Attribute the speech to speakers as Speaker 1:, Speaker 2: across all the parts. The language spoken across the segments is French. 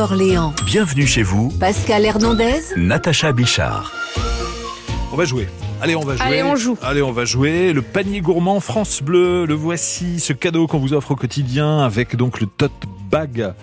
Speaker 1: Orléans,
Speaker 2: Bienvenue chez vous,
Speaker 1: Pascal Hernandez
Speaker 2: Natacha Bichard.
Speaker 3: On va jouer. Allez, on va jouer.
Speaker 4: Allez, on joue.
Speaker 3: Allez, on va jouer. Le panier gourmand France Bleu, le voici, ce cadeau qu'on vous offre au quotidien avec donc le tote bag.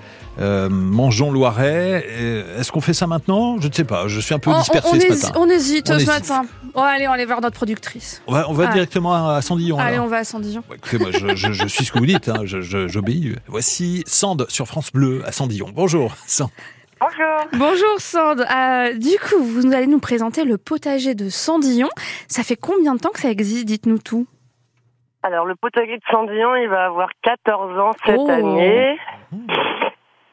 Speaker 3: euh, mangeons Loiret. Euh, Est-ce qu'on fait ça maintenant Je ne sais pas. Je suis un peu
Speaker 4: On- on-
Speaker 3: dispersé
Speaker 4: on,
Speaker 3: ce
Speaker 4: hési-
Speaker 3: matin.
Speaker 4: on hésite
Speaker 3: On
Speaker 4: ce
Speaker 3: hésite.
Speaker 4: matin. Oh, allez, on va aller voir notre productrice.
Speaker 3: On va, on va
Speaker 4: Ah.
Speaker 3: directement à Sandillon.
Speaker 4: allez,
Speaker 3: alors.
Speaker 4: on va à Sandillon.
Speaker 3: Bah, écoutez, moi, je, je- je suis ce que vous dites. hein, je- je- J'obéis. Voici Sand sur France Bleu à Sandillon. Bonjour. Sand.
Speaker 5: Bonjour.
Speaker 4: Bonjour Sand. Euh, du coup, vous allez nous présenter le potager de Sandillon. Ça fait combien de temps que ça existe Dites-nous tout.
Speaker 5: Alors, le potager de Sandillon, il va avoir 14 ans cette
Speaker 4: Oh.
Speaker 5: année.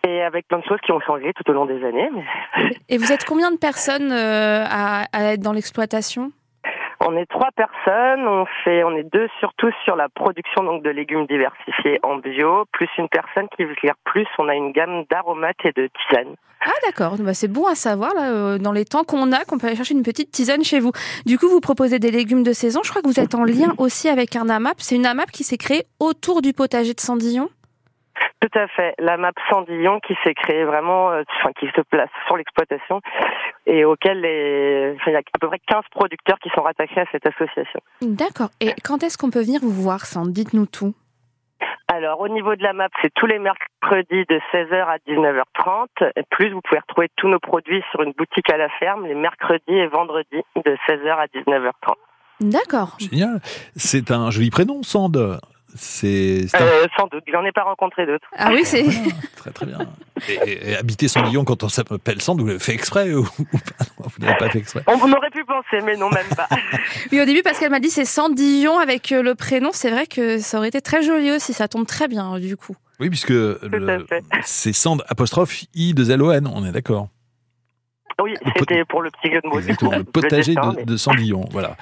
Speaker 5: Et avec plein de choses qui ont changé tout au long des années. Mais
Speaker 4: Et vous êtes combien de personnes euh, à, à être dans l'exploitation
Speaker 5: on est trois personnes. On fait, on est deux surtout sur la production donc de légumes diversifiés en bio, plus une personne qui veut dire plus. On a une gamme d'aromates et de tisanes.
Speaker 4: Ah d'accord, Bah, c'est bon à savoir là, euh, dans les temps qu'on a qu'on peut aller chercher une petite tisane chez vous. Du coup, vous proposez des légumes de saison. Je crois que vous êtes en lien aussi avec un AMAP. C'est une AMAP qui s'est créée autour du potager de Sandillon.
Speaker 5: Tout à fait. La map Sandillon qui s'est créée vraiment, euh, enfin, qui se place sur l'exploitation et auquel les, enfin, il y a à peu près 15 producteurs qui sont rattachés à cette association.
Speaker 4: D'accord. Et quand est-ce qu'on peut venir vous voir, Sand Dites-nous tout.
Speaker 5: Alors, au niveau de la map, c'est tous les mercredis de 16h à 19h30. Et plus, vous pouvez retrouver tous nos produits sur une boutique à la ferme les mercredis et vendredis de 16h à 19h30.
Speaker 4: D'accord.
Speaker 3: Génial. C'est un joli prénom, Sand. C'est c'est un
Speaker 5: Euh, sans doute, j'en ai pas rencontré d'autres.
Speaker 4: Ah oui, c'est.
Speaker 3: Voilà, très très bien. Et, et- et habiter Sandillon quand on s'appelle Sand, vous l'avez fait exprès ou, ou pas Non, Vous n'avez pas fait exprès.
Speaker 5: On on aurait pu penser, mais non, même pas.
Speaker 4: Oui, au début, Pascal m'a dit c'est Sandillon avec euh, le prénom. C'est vrai que ça aurait été très joli aussi. Ça tombe très bien, euh, du coup.
Speaker 3: Oui, puisque le-
Speaker 5: fait.
Speaker 3: c'est Sand apostrophe I de L O N, on est d'accord.
Speaker 5: Oui, c'était pour le petit jeu de mots. du
Speaker 3: Exactement,
Speaker 5: coup.
Speaker 3: le potager
Speaker 5: dessin,
Speaker 3: de,
Speaker 5: mais-
Speaker 3: de Sandillon. Voilà.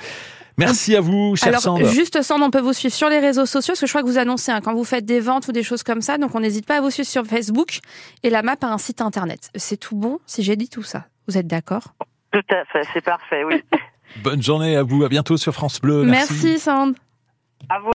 Speaker 3: Merci à vous, cher
Speaker 4: Alors,
Speaker 3: Sand.
Speaker 4: juste Sand, on peut vous suivre sur les réseaux sociaux, parce que je crois que vous annoncez hein, quand vous faites des ventes ou des choses comme ça. Donc, on n'hésite pas à vous suivre sur Facebook et la map a un site internet. C'est tout bon si j'ai dit tout ça. Vous êtes d'accord
Speaker 5: Tout à fait, c'est parfait, oui.
Speaker 3: Euh, Bonne journée à vous. À bientôt sur France Bleu.
Speaker 4: Merci, Sand.
Speaker 5: À vous.